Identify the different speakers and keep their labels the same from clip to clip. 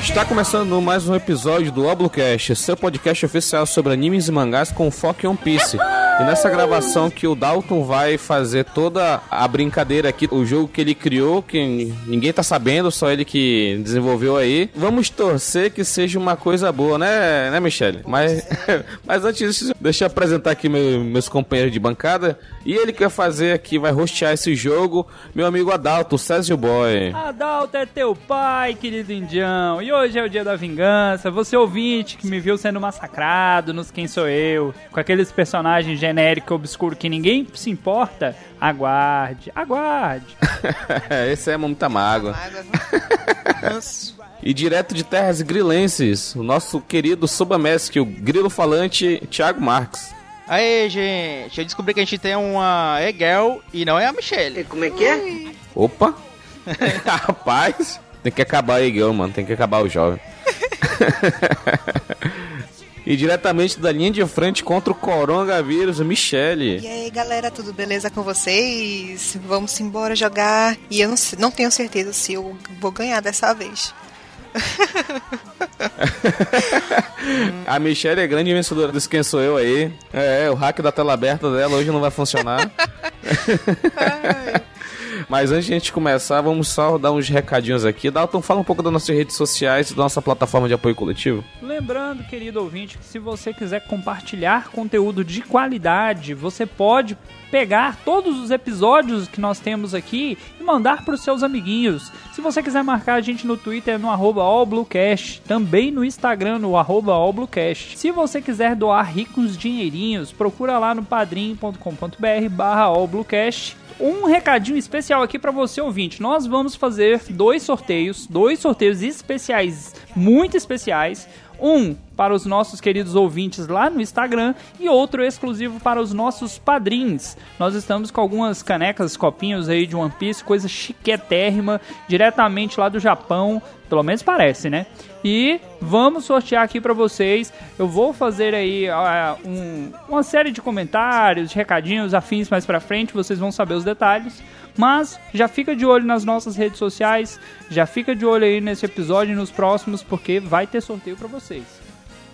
Speaker 1: Está começando mais um episódio do Oblocast, seu podcast oficial sobre animes e mangás com foco em One Piece. E nessa gravação que o Dalton vai fazer toda a brincadeira aqui, o jogo que ele criou, que ninguém tá sabendo, só ele que desenvolveu aí. Vamos torcer que seja uma coisa boa, né, né Michele? Mas, mas antes disso, deixa eu apresentar aqui meu- meus companheiros de bancada. E ele que vai fazer aqui, vai hostear esse jogo, meu amigo Adalto, Césio Boy.
Speaker 2: Adalto é teu pai, querido indião, e hoje é o dia da vingança. Você ouvinte que me viu sendo massacrado nos Quem Sou Eu, com aqueles personagens genéricos obscuros que ninguém se importa, aguarde, aguarde.
Speaker 1: esse é muita mágoa.
Speaker 3: Água,
Speaker 1: E direto de terras grilenses, o nosso querido Subamesc, o grilo falante Thiago Marques.
Speaker 3: Aê, gente! Eu descobri que a gente tem uma Egel e não é a Michelle.
Speaker 4: Como é que é?
Speaker 1: Opa! Rapaz! Tem que acabar aí, Guilherme, mano. Tem que acabar o jovem. e diretamente da linha de frente contra o coronavírus, o
Speaker 5: E
Speaker 1: Michele.
Speaker 5: aí, galera, tudo beleza com vocês? Vamos embora jogar. E eu não, se- não tenho certeza se eu vou ganhar dessa vez.
Speaker 1: A Michele é grande vencedora desse Quem Sou Eu aí. É, o hack da tela aberta dela hoje não vai funcionar. Mas antes de a gente começar, vamos só dar uns recadinhos aqui. Dalton, fala um pouco das nossas redes sociais e da nossa plataforma de apoio coletivo.
Speaker 2: Lembrando, querido ouvinte, que se você quiser compartilhar conteúdo de qualidade, você pode pegar todos os episódios que nós temos aqui e mandar para os seus amiguinhos. Se você quiser marcar a gente no Twitter, no arroba allbluecast, também no Instagram, no arroba allbluecast. Se você quiser doar ricos dinheirinhos, procura lá no padrim.com.br barra allbluecast um recadinho especial aqui pra você ouvinte. Nós vamos fazer dois sorteios, dois sorteios especiais, muito especiais. Um para os nossos queridos ouvintes lá no Instagram e outro exclusivo para os nossos padrinhos. Nós estamos com algumas canecas, copinhos aí de One Piece, coisa chiquetérrima, diretamente lá do Japão, pelo menos parece, né? E vamos sortear aqui pra vocês. Eu vou fazer aí ah, um- uma série de comentários, de recadinhos, afins mais pra frente. Vocês vão saber os detalhes. Mas já fica de olho nas nossas redes sociais. Já fica de olho aí nesse episódio e nos próximos, porque vai ter sorteio pra vocês.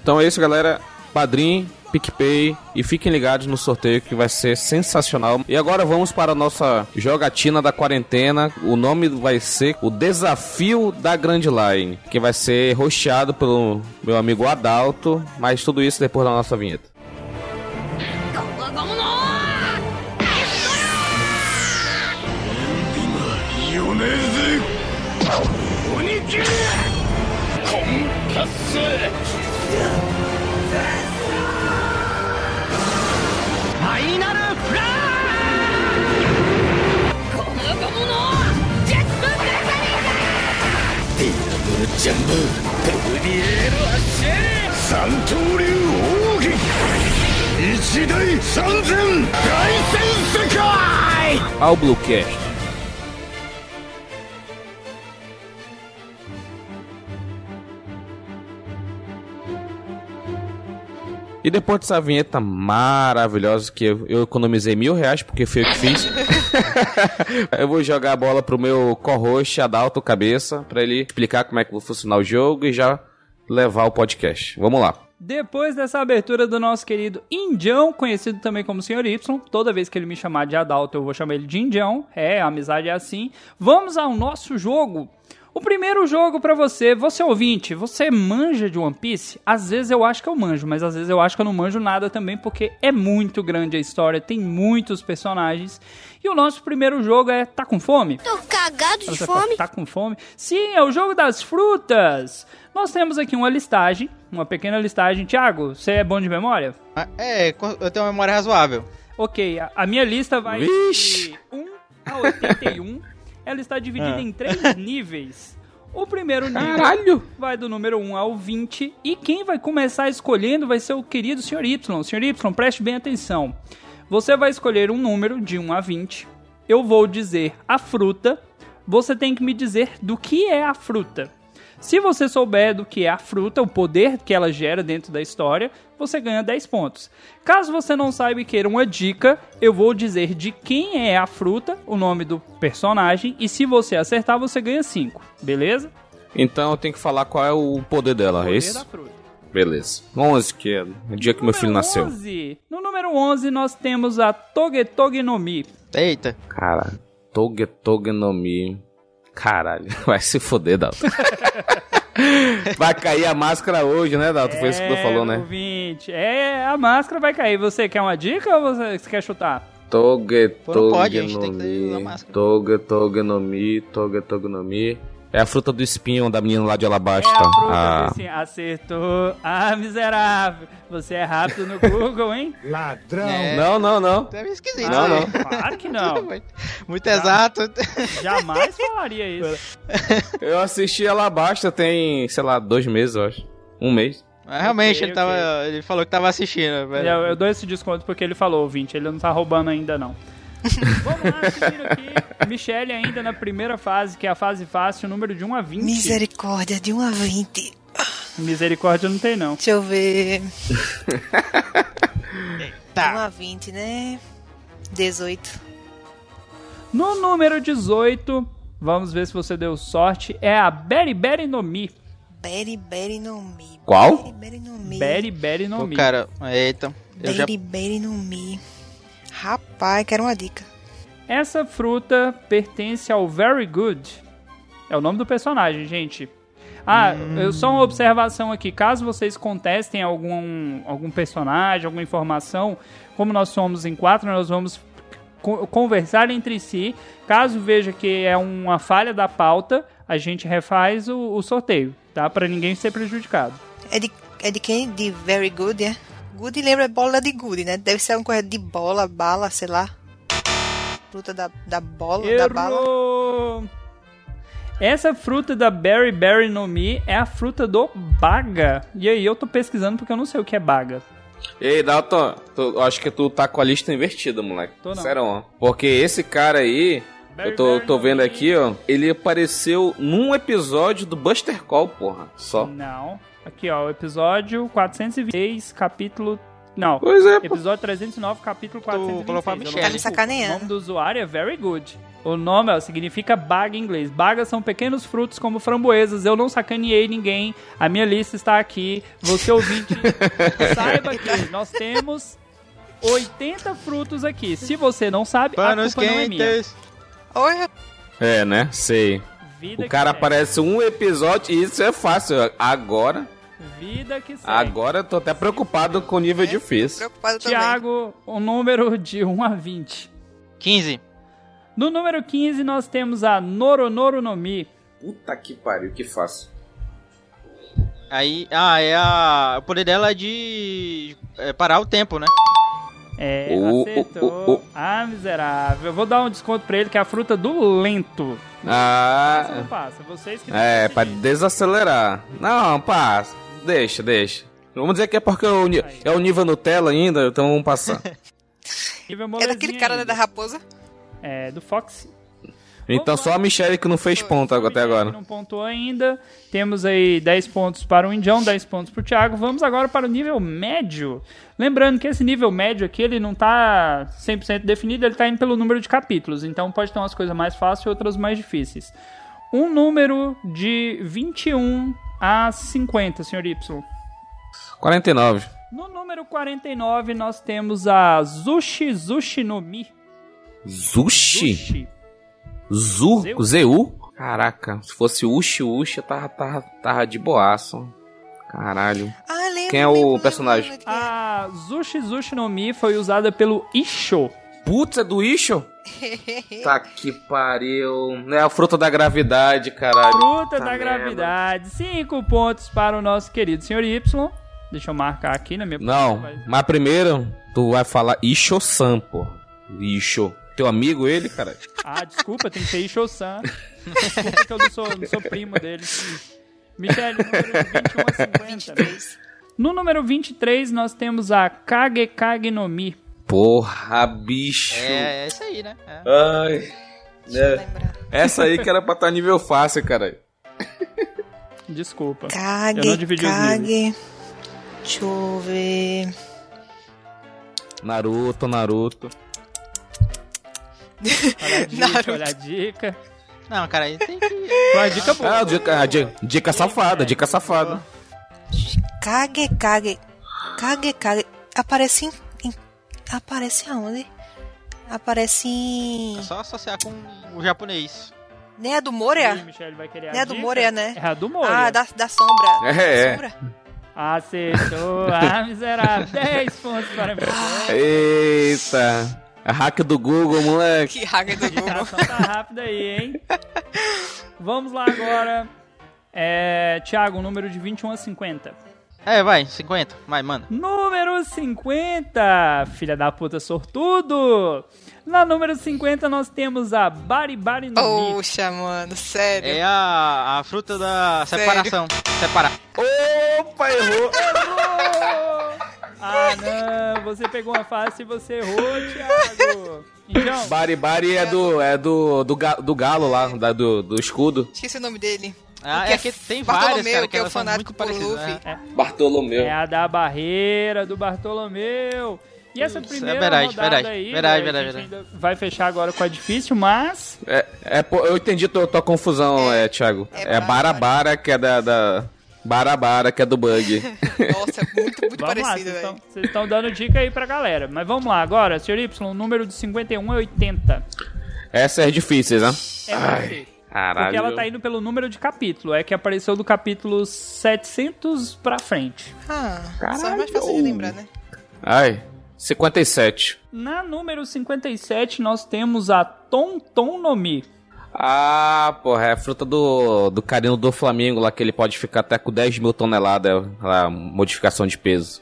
Speaker 1: Então é isso, galera. Padrim, PicPay e fiquem ligados no sorteio que vai ser sensacional. E agora vamos para a nossa jogatina da quarentena. O nome vai ser o Desafio da Grand Line, que vai ser rosteado pelo meu amigo Adalto, mas tudo isso depois da nossa vinheta. Ao Bluecast. E depois dessa vinheta maravilhosa que eu, eu economizei mil reais porque foi eu que fiz. eu vou jogar a bola pro meu co-host Adalto Cabeça pra ele explicar como é que vai funcionar o jogo e já levar o podcast. Vamos lá.
Speaker 2: Depois dessa abertura do nosso querido Indião, conhecido também como Senhor Y, toda vez que ele me chamar de Adalto eu vou chamar ele de Indião, é, a amizade é assim. Vamos ao nosso jogo. O primeiro jogo pra você, você ouvinte, você manja de One Piece? Às vezes eu acho que eu manjo, mas às vezes eu acho que eu não manjo nada também, porque é muito grande a história, tem muitos personagens. E o nosso primeiro jogo é Tá com fome?
Speaker 6: Tô cagado de
Speaker 2: Você
Speaker 6: fome.
Speaker 2: Tá com fome? Sim, é o jogo das frutas. Nós temos aqui uma listagem, uma pequena listagem. Thiago, você é bom de memória?
Speaker 3: Ah, É, eu tenho uma memória razoável.
Speaker 2: Ok, a, a minha lista vai
Speaker 1: Vixe!
Speaker 2: de 1 a 81. Ela está dividida em três níveis. O primeiro nível vai do número 1 ao 20. E quem vai começar escolhendo vai ser o querido Sr. Y. Sr. Y, preste bem atenção. Você vai escolher um número de 1 a 20. Eu vou dizer a fruta. Você tem que me dizer do que é a fruta. Se você souber do que é a fruta, o poder que ela gera dentro da história, você ganha 10 pontos. Caso você não saiba e queira uma dica, eu vou dizer de quem é a fruta, o nome do personagem, e se você acertar, você ganha 5, beleza?
Speaker 1: Então eu tenho que falar qual é o poder dela, é
Speaker 2: Poder
Speaker 1: isso?
Speaker 2: da fruta.
Speaker 1: Beleza. 11, que é o dia que meu filho
Speaker 2: Número
Speaker 1: nasceu.
Speaker 2: 11. No número 11 nós temos a Togetok no Mi.
Speaker 3: Eita.
Speaker 1: Cara, Togetogenomia. Caralho, vai se foder, Dalton. vai cair a máscara hoje, né, Dalton? Foi isso que tu
Speaker 3: É.
Speaker 1: falou, né?
Speaker 2: Ouvinte. É, a máscara vai cair. Você quer uma dica ou você você quer chutar?
Speaker 3: Não pode, a gente tem que usar
Speaker 1: Togetogenomia.
Speaker 3: máscara.
Speaker 1: Togetogenomia, Togetogenomia. É a fruta do espinho da menina lá de Alabasta.
Speaker 2: É a fruta,
Speaker 1: Ah.
Speaker 2: assim, acertou. Ah, miserável. Você é rápido no Google, hein?
Speaker 4: Ladrão.
Speaker 3: É,
Speaker 1: Não, não, não.
Speaker 3: tá meio esquisito.
Speaker 1: Não,
Speaker 3: né?
Speaker 1: não.
Speaker 2: Claro que não.
Speaker 3: Muito exato.
Speaker 2: Jamais falaria isso.
Speaker 1: Eu assisti Alabasta tem, sei lá, dois meses, eu acho. Um mês.
Speaker 3: Mas realmente,
Speaker 2: Ok,
Speaker 3: ele, tava, ele falou que tava assistindo. velho.
Speaker 2: Eu, eu dou esse desconto porque ele falou, ouvinte. Ele não tá roubando ainda, não. Vamos lá, seguindo aqui. Michelle ainda na primeira fase, que é a fase fácil, número de 1 a 20.
Speaker 5: Misericórdia de 1 a 20.
Speaker 2: Misericórdia não tem, não.
Speaker 5: Deixa eu ver.
Speaker 3: Tá.
Speaker 5: 1 a 20, né? 18.
Speaker 2: No número 18, vamos ver se você deu sorte, é a Beriberi no Mi.
Speaker 5: Berry Berry no Mi.
Speaker 1: Qual?
Speaker 5: Berry Berry no Mi.
Speaker 2: Beriberi no
Speaker 3: Pô,
Speaker 2: Mi.
Speaker 3: cara, eita. Eu já...
Speaker 5: Berry Berry no Mi. Rapaz, quero uma dica.
Speaker 2: Essa fruta pertence ao Very Good. É o nome do personagem, gente. Ah,
Speaker 3: Hum.
Speaker 2: eu só uma observação aqui. Caso vocês contestem algum, algum personagem, alguma informação, como nós somos em quatro, nós vamos co- conversar entre si. Caso veja que é uma falha da pauta, a gente refaz o, o sorteio, tá? Pra ninguém ser prejudicado.
Speaker 5: É de, é de quem? De Very Good, é? Good lembra bola de Good, né? Deve ser uma coisa de bola, bala, sei lá. Fruta da, da bola, da bala.
Speaker 2: Errou! Essa fruta da Berry Berry no Mi é a fruta do baga. E aí, eu tô pesquisando porque eu não sei o que é baga.
Speaker 1: Ei, Dalton, tu, eu acho que tu tá com a lista invertida, moleque.
Speaker 2: Tô não.
Speaker 1: Sério, ó. Porque esse cara aí, eu tô, tô vendo aqui, ó. Ele apareceu num episódio do Buster Call, porra. Só.
Speaker 2: Não. Aqui, ó, o episódio 426, capítulo. Não.
Speaker 1: Pois é, pô.
Speaker 2: Episódio 309, capítulo 426.
Speaker 3: colocou a
Speaker 2: Eu não
Speaker 3: Michelle.
Speaker 5: Tá me sacaneando.
Speaker 2: O nome do usuário é Very Good. O nome ó, significa baga em inglês. Bagas são pequenos frutos como framboesas. Eu não sacaneei ninguém. A minha lista está aqui. Você ouvinte, saiba que nós temos 80 frutos aqui. Se você não sabe, a
Speaker 3: Panos
Speaker 2: culpa não é minha.
Speaker 3: quentes.
Speaker 5: Oi,
Speaker 1: É, né? Sei.
Speaker 2: Vida
Speaker 1: O cara
Speaker 2: que segue.
Speaker 1: aparece um episódio e isso é fácil. Agora,
Speaker 2: Vida que segue.
Speaker 1: agora eu tô até É, preocupado com o nível difícil.
Speaker 5: preocupado também.
Speaker 2: Tiago, o número de 1 a 20.
Speaker 3: 15.
Speaker 2: No número 15, nós temos a Noronoro no Mi.
Speaker 1: Puta que pariu, que fácil.
Speaker 3: Aí, ah, é a. O poder dela é de. é parar o tempo, né?
Speaker 2: É,
Speaker 1: Oh,
Speaker 2: acertou.
Speaker 1: oh, oh, oh.
Speaker 2: Ah, miserável. Eu vou dar um desconto pra ele, que é a fruta do lento. Essa
Speaker 1: Ah.
Speaker 2: não passa. Vocês que têm
Speaker 1: É,
Speaker 2: que
Speaker 1: pra
Speaker 2: decidir.
Speaker 1: desacelerar. Não, passa. Deixa, deixa. Vamos dizer que é porque é o, ni- é o nível Nutella ainda, então vamos passar.
Speaker 2: Nível
Speaker 5: É
Speaker 2: molezinha
Speaker 5: daquele cara né,
Speaker 2: ainda.
Speaker 5: da raposa?
Speaker 2: É, do Fox.
Speaker 1: Então só a Michelle que não fez ponto até agora.
Speaker 2: Não pontuou ainda. Temos aí 10 pontos para o Indião, 10 pontos para o Thiago. Vamos agora para o nível médio. Lembrando que esse nível médio aqui, ele não tá 100% definido, ele tá indo pelo número de capítulos. Então pode ter umas coisas mais fáceis e outras mais difíceis. Um número de 21 a 50, senhor Y.
Speaker 1: 49.
Speaker 2: No número 49, nós temos a Zushi Zushi no Mi.
Speaker 1: Zushi?
Speaker 2: Zushi.
Speaker 1: Zu?
Speaker 2: Zeu.
Speaker 1: Zeu? Caraca, se fosse Ushi Ushi, eu tava, tava, tava de boaço. Caralho.
Speaker 5: Ah, lembro.
Speaker 1: Quem é o
Speaker 5: lembro, lembro,
Speaker 1: personagem?
Speaker 5: lembro de quem é.
Speaker 2: A Zushi Zushi no Mi foi usada pelo Isho.
Speaker 1: Putz, é do Isho? tá que pariu. É a fruta da gravidade, caralho.
Speaker 2: Fruta da
Speaker 1: merda.
Speaker 2: gravidade. Cinco pontos para o nosso querido senhor Y. Deixa eu marcar aqui na minha.
Speaker 1: Não, mas primeiro tu vai falar Isho-san, pô. Isho. Teu amigo ele, cara?
Speaker 2: Ah, desculpa, tem que ser Isho-san. Desculpa que eu não sou, não sou primo dele. Michele, número 21 a 50. né?
Speaker 5: 23.
Speaker 2: No número 23, nós temos a Kage Kage no Mi.
Speaker 1: Porra, bicho.
Speaker 3: É, é isso aí, né? É.
Speaker 2: Ah.
Speaker 1: Ai.
Speaker 5: Deixa eu lembrar.
Speaker 1: Essa aí que era pra estar nível fácil, cara.
Speaker 2: Desculpa. Eu não
Speaker 5: Kage,
Speaker 2: dividi os níveis.
Speaker 5: Kage. Deixa eu ver.
Speaker 1: Naruto, Naruto.
Speaker 2: Olha a dica,
Speaker 5: Naruto.
Speaker 2: olha a dica.
Speaker 3: Não, cara, aí tem que.
Speaker 2: Foi uma dica boa.
Speaker 1: Ah, dica, ah, di- dica safada, dica safada.
Speaker 5: Kage, Kage. Kage, Kage. Aparece em, em- Aparece aonde? Aparece em.
Speaker 3: É só associar com o japonês.
Speaker 5: Né, a do
Speaker 2: Ih,
Speaker 5: Moria?
Speaker 2: Michele vai querer a
Speaker 5: Né, a do
Speaker 2: dica?
Speaker 5: Moria, né?
Speaker 2: É a do Moria.
Speaker 5: Ah, da, da sombra.
Speaker 1: É, é.
Speaker 5: Sombra?
Speaker 2: Acertou. Ah, miserável. 10 pontos para Michele.
Speaker 1: Eita. A hack do Google, moleque.
Speaker 5: Que haga do Google.
Speaker 2: Ação tá rápida aí, hein? Vamos lá agora. É, Tiago, um número de 21 a 50.
Speaker 3: É, vai, 50. Vai, manda.
Speaker 2: Número 50, filha da puta sortudo. Na número 50 nós temos a Bari Bari no Mi.
Speaker 5: Poxa, mano, sério.
Speaker 3: É a, a fruta da
Speaker 5: Sério?
Speaker 3: separação. Separar.
Speaker 1: Opa, errou.
Speaker 2: Ah, não, você pegou uma face e você errou, Thiago. Então,
Speaker 1: Bari Bari é do, é do, do, ga- do galo lá, da- do, do escudo.
Speaker 5: Esqueci o nome dele.
Speaker 3: Ah,
Speaker 5: que
Speaker 3: é
Speaker 5: é
Speaker 3: que tem
Speaker 5: Bartolomeu,
Speaker 3: várias, cara,
Speaker 5: que
Speaker 3: que
Speaker 5: é o
Speaker 3: elas são
Speaker 5: fanático
Speaker 3: muito
Speaker 5: por
Speaker 3: parecidas.
Speaker 5: Luffy.
Speaker 3: né?
Speaker 1: Bartolomeu.
Speaker 2: é a da barreira do Bartolomeu. E essa primeira
Speaker 3: é verdade,
Speaker 2: rodada
Speaker 3: verdade,
Speaker 2: aí,
Speaker 3: verdade,
Speaker 2: né, a
Speaker 3: verdade,
Speaker 2: gente ainda vai fechar agora com a difícil, mas
Speaker 1: É, é, pô, eu entendi tua, tua confusão, é, Thiago.
Speaker 5: é
Speaker 1: É, Barabara,
Speaker 5: Barabara,
Speaker 1: que é da, da. Barabara, que é do bug.
Speaker 5: Nossa, é muito, muito
Speaker 2: Vamos lá,
Speaker 5: parecido,
Speaker 2: vocês
Speaker 5: velho.
Speaker 2: tão- vocês estão dando dica aí pra galera. Mas vamos lá agora, senhor Y, o número de 51 é 80.
Speaker 1: Essas é difíceis, né?
Speaker 2: É perfeito.
Speaker 1: Caralho.
Speaker 2: Porque ela tá indo pelo número de capítulo. É que apareceu do capítulo 700 pra frente.
Speaker 5: Ah, só é
Speaker 1: Caralho.
Speaker 5: mais fácil de lembrar, né?
Speaker 1: Ai, 57.
Speaker 2: Na número 57, nós temos a Tom Tom no Mi.
Speaker 1: Ah, porra, é a fruta do, do carinho do Flamengo lá, que ele pode ficar até com 10 mil toneladas, lá, modificação de peso.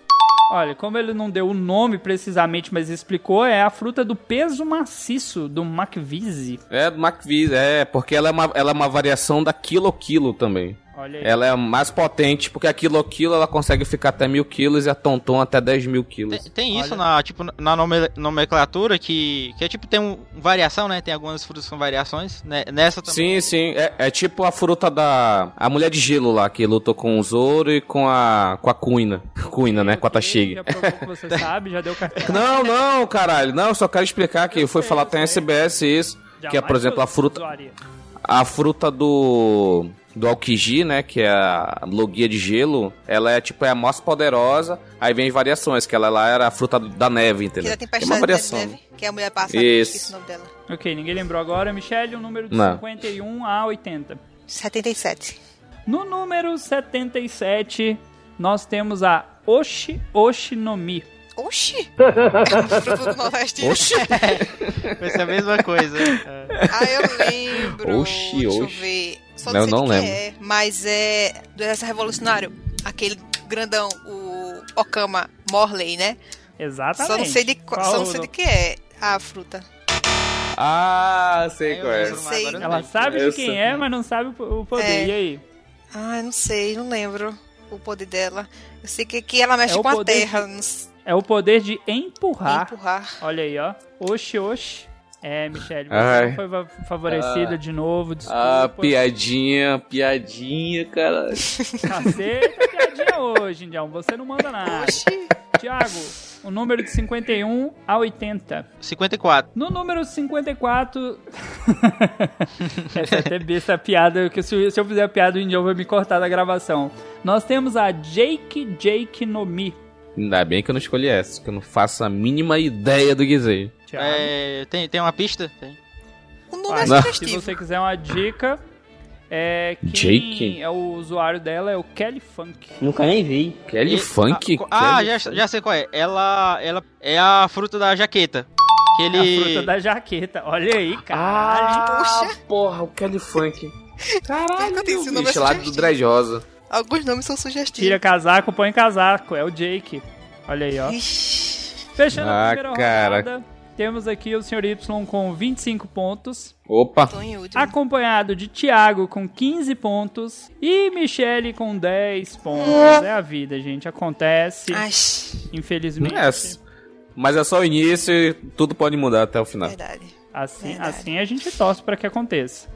Speaker 2: Olha, como ele não deu o nome precisamente, mas explicou, é a fruta do peso maciço do McVise.
Speaker 1: É do McVis, é, porque ela é uma, ela é uma variação da Kilo Kilo também.
Speaker 2: Olha aí.
Speaker 1: Ela é mais potente, porque a Kilo Kilo ela consegue ficar até mil quilos e a Tonton até 10 mil
Speaker 2: É,
Speaker 1: quilos.
Speaker 3: Tem, tem isso na, tipo, na nome- nomenclatura que, que é tipo, tem um, variação, né? Tem algumas frutas com variações. né? Nessa
Speaker 1: Sim,
Speaker 3: também.
Speaker 1: sim. É, é tipo a fruta da. A mulher de gelo lá, que lutou com o Zoro e com a. com a Kuina. Kuina, né? Com a Tashig.
Speaker 2: Já provou que você sabe, já deu cartão.
Speaker 1: Não, não, caralho. Não, eu só quero explicar que
Speaker 2: Eu
Speaker 1: eu fui
Speaker 2: sei,
Speaker 1: falar
Speaker 2: eu
Speaker 1: até em
Speaker 2: sei.
Speaker 1: SBS isso. que é, por exemplo, a fruta.
Speaker 2: Usuaria.
Speaker 1: A fruta do. Do Alkiji, né? Que é a logia de gelo. Ela é tipo é a mais poderosa. Aí vem variações, que ela lá era a fruta da neve,
Speaker 5: Que
Speaker 1: entendeu?
Speaker 5: da
Speaker 1: Tem
Speaker 5: tempestade
Speaker 1: uma variação.
Speaker 5: de neve, que é a mulher passa.
Speaker 1: Isso.
Speaker 5: Esqueci o nome dela.
Speaker 2: Ok, ninguém lembrou agora. Michelle, o número de
Speaker 1: Não.
Speaker 2: 51 a 80.
Speaker 5: 77.
Speaker 2: No número 77, nós temos a Oshi Oshi no Mi.
Speaker 5: Oxi! É fruto do Nordeste.
Speaker 1: Oxi!
Speaker 3: Vai ser a mesma coisa. É.
Speaker 5: Ah, eu lembro.
Speaker 1: Oxi,
Speaker 5: Deixa eu
Speaker 1: oxi.
Speaker 5: ver. Só
Speaker 1: Mas
Speaker 5: não
Speaker 1: eu
Speaker 5: sei
Speaker 1: não
Speaker 5: de
Speaker 1: lembro.
Speaker 5: quem é, mas é do Exército Revolucionário. Aquele grandão, o Okama Morley, né?
Speaker 2: Exatamente.
Speaker 5: Só não sei de, qu- só não sei de que é a fruta.
Speaker 1: Ah, sei
Speaker 3: Eu
Speaker 1: qual é.
Speaker 3: lembro, mas
Speaker 5: Sei.
Speaker 3: agora eu não
Speaker 2: Ela
Speaker 3: lembro.
Speaker 2: sabe de
Speaker 1: Essa.
Speaker 2: quem é, mas não sabe o o poder.
Speaker 5: É.
Speaker 2: E aí?
Speaker 5: Ah, eu não sei, não lembro o poder dela. Eu sei que, que ela mexe
Speaker 2: É o
Speaker 5: com a
Speaker 2: poder
Speaker 5: terra, não sei,
Speaker 2: É o poder de empurrar.
Speaker 5: empurrar.
Speaker 2: Olha aí, ó. Oshi Oshi. É, Michelle, você
Speaker 1: Ai.
Speaker 2: não foi va- favorecida
Speaker 1: Ah.
Speaker 2: de novo. Desculpa.
Speaker 1: Ah, piadinha, piadinha, cara.
Speaker 2: Caceta, tá é piadinha hoje, Indião. Você não manda nada.
Speaker 5: Oxi.
Speaker 2: Tiago, o número de 51 a 80.
Speaker 3: 54.
Speaker 2: No número 54. Essa é até besta a piada, que se, se eu fizer a piada, o Indião vai me cortar da gravação. Nós temos a Jake Jake no Mi.
Speaker 1: Ainda bem que eu não escolhi essa, que eu não faço a mínima ideia do que dizer.
Speaker 2: Thiago.
Speaker 3: É, tem, tem uma pista? Tem.
Speaker 5: O
Speaker 2: Vai,
Speaker 5: nome
Speaker 1: Não.
Speaker 5: é
Speaker 2: se
Speaker 5: sugestivo.
Speaker 2: você quiser uma dica, é quem
Speaker 1: Jake?
Speaker 2: é o usuário dela é o Kelly Funk.
Speaker 4: Nunca nem vi.
Speaker 1: Kelly
Speaker 2: é
Speaker 3: E-
Speaker 1: Funk?
Speaker 3: Ah, ah,
Speaker 1: Kelly
Speaker 3: já,
Speaker 1: Funk.
Speaker 3: já sei qual é. Ela, ela é a fruta da jaqueta. Que
Speaker 2: É a
Speaker 3: ele.
Speaker 2: fruta da jaqueta. Olha aí, cara.
Speaker 1: Ah, porra, o Kelly Funk. Caralho,
Speaker 5: Pergunta esse nome é
Speaker 1: bicho lá do
Speaker 5: sugestivo.
Speaker 1: Dread Rosa.
Speaker 5: Alguns nomes são sugestivos.
Speaker 2: Tira casaco, põe casaco. É o Jake. Olha aí, ó.
Speaker 5: Ah, Ixi.
Speaker 2: Fechando a
Speaker 1: Ah,
Speaker 2: primeira
Speaker 1: cara.
Speaker 2: rodada, temos aqui o Sr. Y com 25 pontos,
Speaker 1: Opa.
Speaker 5: Tô em último.
Speaker 2: acompanhado de Thiago com 15 pontos e Michele com 10 pontos. É a vida, gente. Acontece,
Speaker 5: Ai,
Speaker 2: infelizmente.
Speaker 1: É, s- mas é só o início e tudo pode mudar até o final.
Speaker 5: verdade.
Speaker 2: Assim,
Speaker 5: Verdade.
Speaker 2: assim a gente torce para que aconteça.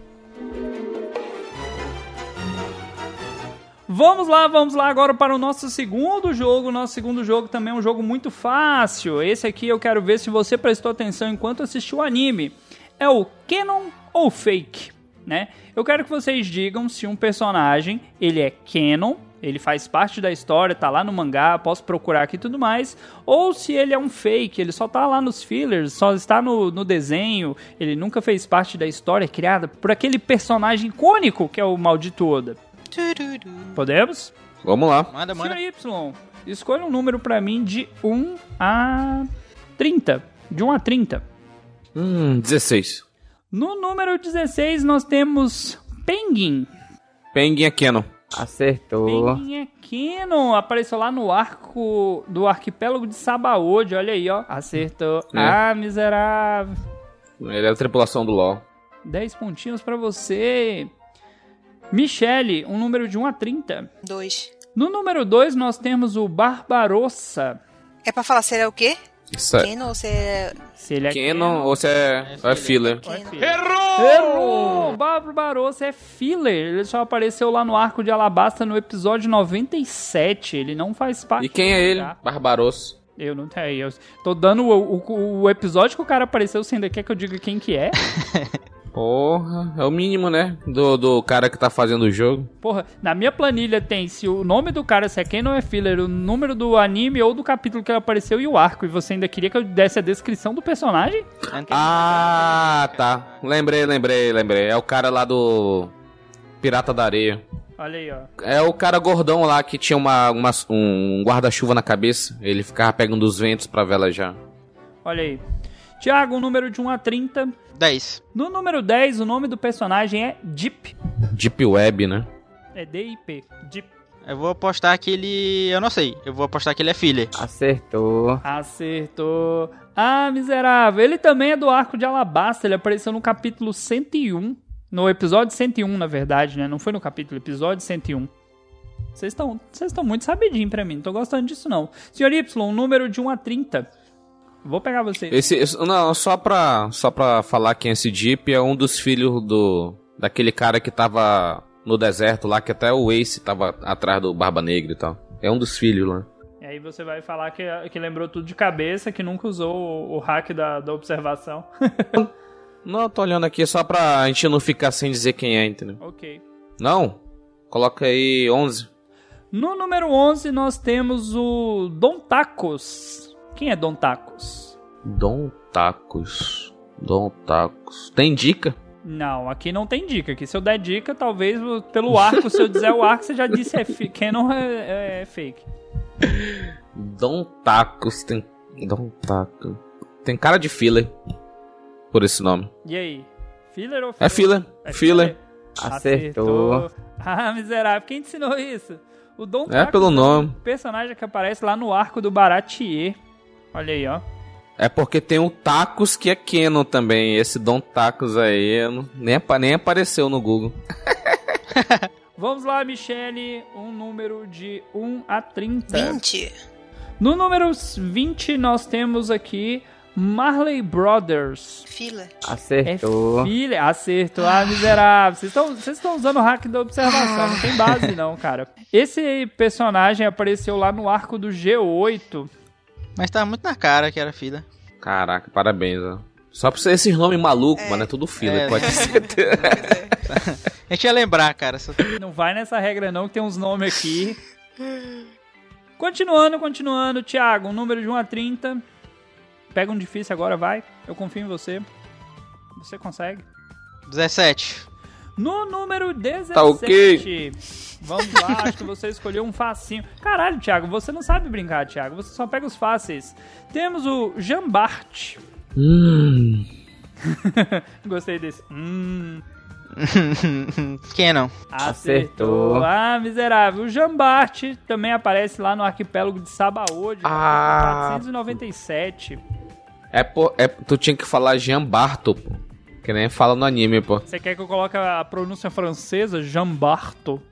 Speaker 2: Vamos lá, vamos lá agora para o nosso segundo jogo. Nosso segundo jogo também é um jogo muito fácil. Esse aqui eu quero ver se você prestou atenção enquanto assistiu o anime. É o Canon ou Fake? né? Eu quero que vocês digam se um personagem, ele é canon, ele faz parte da história, tá lá no mangá, posso procurar aqui e tudo mais, ou se ele é um fake, ele só tá lá nos fillers, só está no, no desenho, ele nunca fez parte da história criada por aquele personagem icônico que é o maldito Oda.
Speaker 5: Tururu.
Speaker 2: Podemos?
Speaker 1: Vamos lá.
Speaker 3: Manda, manda.
Speaker 2: Senhor Y, escolha um número pra mim de 1 a 30. De 1 a 30.
Speaker 1: Hum, 16.
Speaker 2: No número 16 nós temos Penguin.
Speaker 1: Penguin é Canon.
Speaker 4: Acertou.
Speaker 2: Penguin é Canon. Apareceu lá no arco do arquipélago de Sabaody. Olha aí, ó. Acertou.
Speaker 1: É.
Speaker 2: Ah, miserável.
Speaker 1: Ele é a tripulação do LoL.
Speaker 2: 10 pontinhos pra você. Michele, um número de 1 a 30.
Speaker 5: Dois.
Speaker 2: No número 2 nós temos o Barbarossa.
Speaker 5: É pra falar se ele é o quê?
Speaker 1: Isso é
Speaker 5: Quem não? Se é...
Speaker 2: Se ele é
Speaker 1: Canon ou se é, ou é filler?
Speaker 5: Quem não?
Speaker 2: Errou! Errou! Barbarossa é filler. Ele só apareceu lá no arco de Alabasta no episódio 97. Ele não faz parte.
Speaker 1: E quem é
Speaker 2: do
Speaker 1: ele?
Speaker 3: Tá.
Speaker 2: mangá.
Speaker 1: Barbarosso.
Speaker 2: Eu não tenho. Eu tô dando o, o- o episódio que o cara apareceu. Você ainda quer que eu diga quem que é?
Speaker 1: Porra, é o mínimo, né? Do, do cara que tá fazendo o jogo.
Speaker 2: Porra, na minha planilha tem se o nome do cara, se é quem não é filler, o número do anime ou do capítulo que ele apareceu e o arco. E você ainda queria que eu desse a descrição do personagem?
Speaker 1: Ah, tá. Lembrei, lembrei, lembrei. É o cara lá do Pirata da Areia.
Speaker 2: Olha aí, ó.
Speaker 1: É o cara gordão lá que tinha uma, uma- um guarda-chuva na cabeça. Ele ficava pegando os ventos pra velejar.
Speaker 2: Olha aí. Tiago, um número de 1 a 30.
Speaker 3: 10.
Speaker 2: No número 10, o nome do personagem é Deep.
Speaker 1: Deep Web, né?
Speaker 2: É D-I-P. Deep.
Speaker 3: Eu vou apostar que ele. Eu não sei. Eu vou apostar que ele é filler.
Speaker 1: Ah.
Speaker 4: Acertou.
Speaker 2: Acertou. Ah, miserável. Ele também é do arco de Alabasta. Ele apareceu no capítulo 101. No episódio 101, na verdade, né? Não foi no capítulo, episódio 101. Vocês estão vocês estão muito sabidinho pra mim. Não tô gostando disso, não. Senhor Y, um número de 1 a 30. Vou pegar vocês.
Speaker 1: Esse, esse- não, só pra, só pra falar quem é esse Jeep, é um dos filhos do daquele cara que tava no deserto lá, que até o Ace tava atrás do Barba Negra e tal. É um dos filhos lá.
Speaker 2: E aí você vai falar que, que lembrou tudo de cabeça, que nunca usou o, o hack da, da observação.
Speaker 1: Não, eu tô olhando aqui só pra gente não ficar sem dizer quem é, entendeu?
Speaker 2: ok.
Speaker 1: Não? Coloca aí 11.
Speaker 2: No número 11, nós temos o Don Tacos. Quem é Don Tacos?
Speaker 1: Dom Tacos. Dom Tacos. Tem dica?
Speaker 2: Não, aqui não tem dica. Aqui se eu der dica, talvez pelo arco, se eu dizer o arco, você já disse é fi- canon é, é fake.
Speaker 1: Dom Tacos. Tem. Dom Tacos. Tem cara de filler. Por esse nome.
Speaker 2: E aí? Filler ou
Speaker 1: É filler. Filler.
Speaker 4: Acertou.
Speaker 2: Ah, miserável. Quem te ensinou isso? O Dom
Speaker 1: É
Speaker 2: Taco,
Speaker 1: pelo nome.
Speaker 2: personagem que aparece lá no arco do Baratier. Olha aí, ó.
Speaker 1: É porque tem o Tacos que é Canon também. Esse Dom Tacos aí eu não- nem, apa- nem apareceu no Google.
Speaker 2: Vamos lá, Michele. Um número de 1 a 30.
Speaker 5: 20.
Speaker 2: No número 20, nós temos aqui Marley Brothers.
Speaker 5: Fila.
Speaker 4: Acertou.
Speaker 2: É filha, acertou. Ah, miserável. Vocês estão- Vocês estão usando o hack da observação, não tem base não, cara. Esse personagem apareceu lá no arco do G8.
Speaker 3: Mas tá muito na cara que era filler.
Speaker 1: Caraca, parabéns, ó. Só pra ser esses nomes malucos, mano. É tudo filler,
Speaker 3: É.
Speaker 1: pode ser.
Speaker 3: A gente ia lembrar, cara. Só...
Speaker 2: Não vai nessa regra não, que tem uns nomes aqui. Continuando, continuando, Thiago, um número de 1 a 30. Pega um difícil agora, vai. Eu confio em você. Você consegue.
Speaker 3: 17.
Speaker 2: No número 17.
Speaker 1: Tá ok.
Speaker 2: Vamos lá, acho que você escolheu um facinho. Caralho, Thiago, você não sabe brincar, Thiago. Você só pega os fáceis. Temos o Jambarte.
Speaker 1: hum.
Speaker 2: Gostei desse. Hum.
Speaker 3: Quem não?
Speaker 2: Acertou.
Speaker 4: Acertou.
Speaker 2: Ah, miserável. O Jambarte também aparece lá no arquipélago de Sabaody,
Speaker 1: Ah.
Speaker 2: 497.
Speaker 1: É, pô, é, tu tinha que falar Jean Barto, pô. Que nem fala no anime, pô.
Speaker 2: Você quer que eu coloque a pronúncia francesa? Jambarto.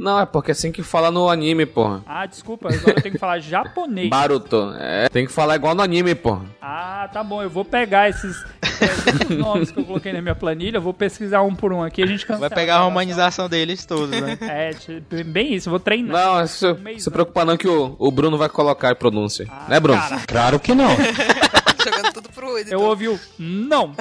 Speaker 1: Não, é porque é assim que fala no anime, porra.
Speaker 2: Ah, desculpa, agora eu tenho que falar japonês.
Speaker 1: Baruto. É, tem que falar igual no anime, porra.
Speaker 2: Ah, tá bom. Eu vou pegar esses, esses nomes que eu coloquei na minha planilha, eu vou pesquisar um por um aqui. A gente cancela.
Speaker 3: Vai pegar a romanização deles todos, né?
Speaker 2: É, tipo, bem isso. eu Vou treinar.
Speaker 1: Não, é se, se preocupar não que o, o Bruno vai colocar a pronúncia. né, Bruno?
Speaker 2: Ah, cara.
Speaker 1: Claro que não.
Speaker 5: jogando tudo pro então.
Speaker 2: Eu
Speaker 5: editor.
Speaker 2: ouvi o não.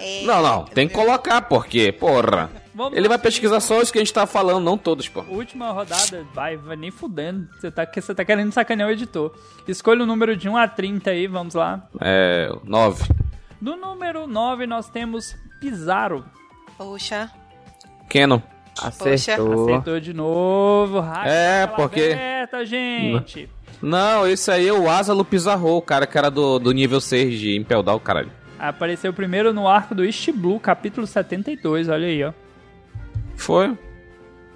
Speaker 5: É,
Speaker 1: Não, não, tem que colocar, porque, porra.
Speaker 2: Vamos
Speaker 1: Ele vai
Speaker 2: lá.
Speaker 1: pesquisar só os que a gente tá falando, não todos, pô.
Speaker 2: Última rodada, vai, vai nem fudendo. Você tá, você tá querendo sacanear o editor. Escolha o número de 1 a 30 aí, vamos lá.
Speaker 1: É, nove.
Speaker 2: No número 9 nós temos Pizarro.
Speaker 5: Poxa,
Speaker 1: Canon.
Speaker 4: Acertou.
Speaker 2: Acertou de novo, rápido.
Speaker 1: É,
Speaker 2: tela
Speaker 1: porque-
Speaker 2: Aberta, gente.
Speaker 1: Não, esse aí é o Asalo Pizarro, o cara que era do, do nível 6 de Impel Down, caralho.
Speaker 2: Apareceu primeiro no arco do East Blue, capítulo 72, olha aí, ó.
Speaker 1: Foi.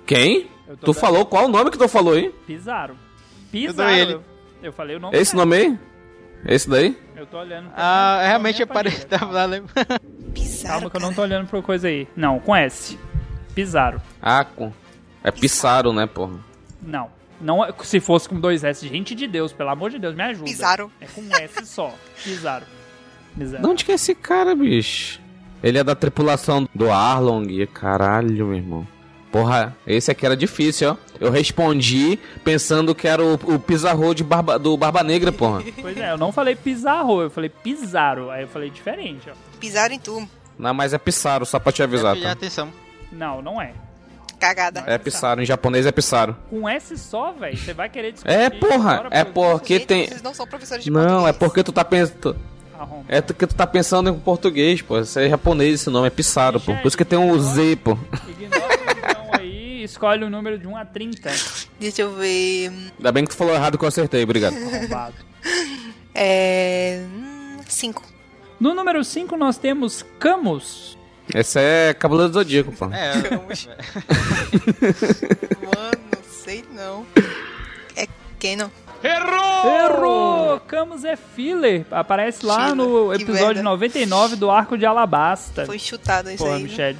Speaker 1: Quem?
Speaker 2: Eu tô
Speaker 1: Tu
Speaker 2: vendo.
Speaker 1: falou qual o nome que tu falou, hein?
Speaker 2: Pizarro.
Speaker 3: Eu
Speaker 2: Pizarro.
Speaker 3: dou ele.
Speaker 2: Eu, eu falei o nome
Speaker 1: Esse nome aí? Esse daí?
Speaker 2: certo, Eu tô olhando.
Speaker 3: Ah, realmente
Speaker 2: apareceu.
Speaker 3: apareceu. Tava lá, lembra?
Speaker 5: bizarro,
Speaker 2: Calma que eu não
Speaker 5: cara.
Speaker 2: tô olhando pra coisa aí. Não, com S. Pizarro.
Speaker 1: Ah, com... É Pissaro, né, porra?
Speaker 2: Não. Não é, se fosse com dois S, gente de Deus, pelo amor de Deus, me ajuda.
Speaker 5: Pizarro.
Speaker 2: É com S só. Pizarro. Pizarro.
Speaker 1: De onde que é esse cara, bicho? Ele é da tripulação do Arlong. Caralho, meu irmão. Porra, esse aqui era difícil, ó. Eu respondi pensando que era o, o Pizarro de barba, do Barba Negra, porra.
Speaker 2: Pois é, eu não falei Pizarro, eu falei Pizarro. Aí eu falei diferente, ó.
Speaker 5: Pisaram em tu,
Speaker 1: Não, mas é Pissaro, só pra te avisar,
Speaker 3: Prestar
Speaker 1: tá?
Speaker 3: atenção.
Speaker 2: Não, não é.
Speaker 5: cagada.
Speaker 1: É Pissaro, em japonês é Pissaro.
Speaker 2: Com um S só, velho, você vai querer discutir.
Speaker 1: É, porra,
Speaker 2: agora
Speaker 1: é
Speaker 2: por-
Speaker 1: porque
Speaker 5: Gente,
Speaker 1: tem...
Speaker 5: Vocês não são professores de
Speaker 1: Não, é
Speaker 5: português.
Speaker 1: porque tu tá pensando...
Speaker 2: Arromba.
Speaker 1: É tu- que tu tá pensando em português, pô. Isso é japonês esse nome, é Pissaro, pô. Por isso que tem um Z, pô.
Speaker 2: Ignora então aí, escolhe o número de 1 a 30.
Speaker 5: Deixa eu ver.
Speaker 1: Ainda bem que tu falou errado que eu acertei, obrigado.
Speaker 2: Arrombado.
Speaker 5: É. hum, Cinco.
Speaker 2: No número 5 nós temos Camus.
Speaker 1: Esse é Cavaleiro do Zodíaco, pô.
Speaker 3: É,
Speaker 5: Mano, sei não. É quem não?
Speaker 2: Errou! Camus é filler. Aparece lá
Speaker 5: Filler,
Speaker 2: no
Speaker 5: Oh. que
Speaker 2: episódio
Speaker 5: merda.
Speaker 2: 99 do Arco de Alabasta.
Speaker 5: Foi chutado isso
Speaker 2: Porra,
Speaker 5: aí. viu?
Speaker 2: Michele.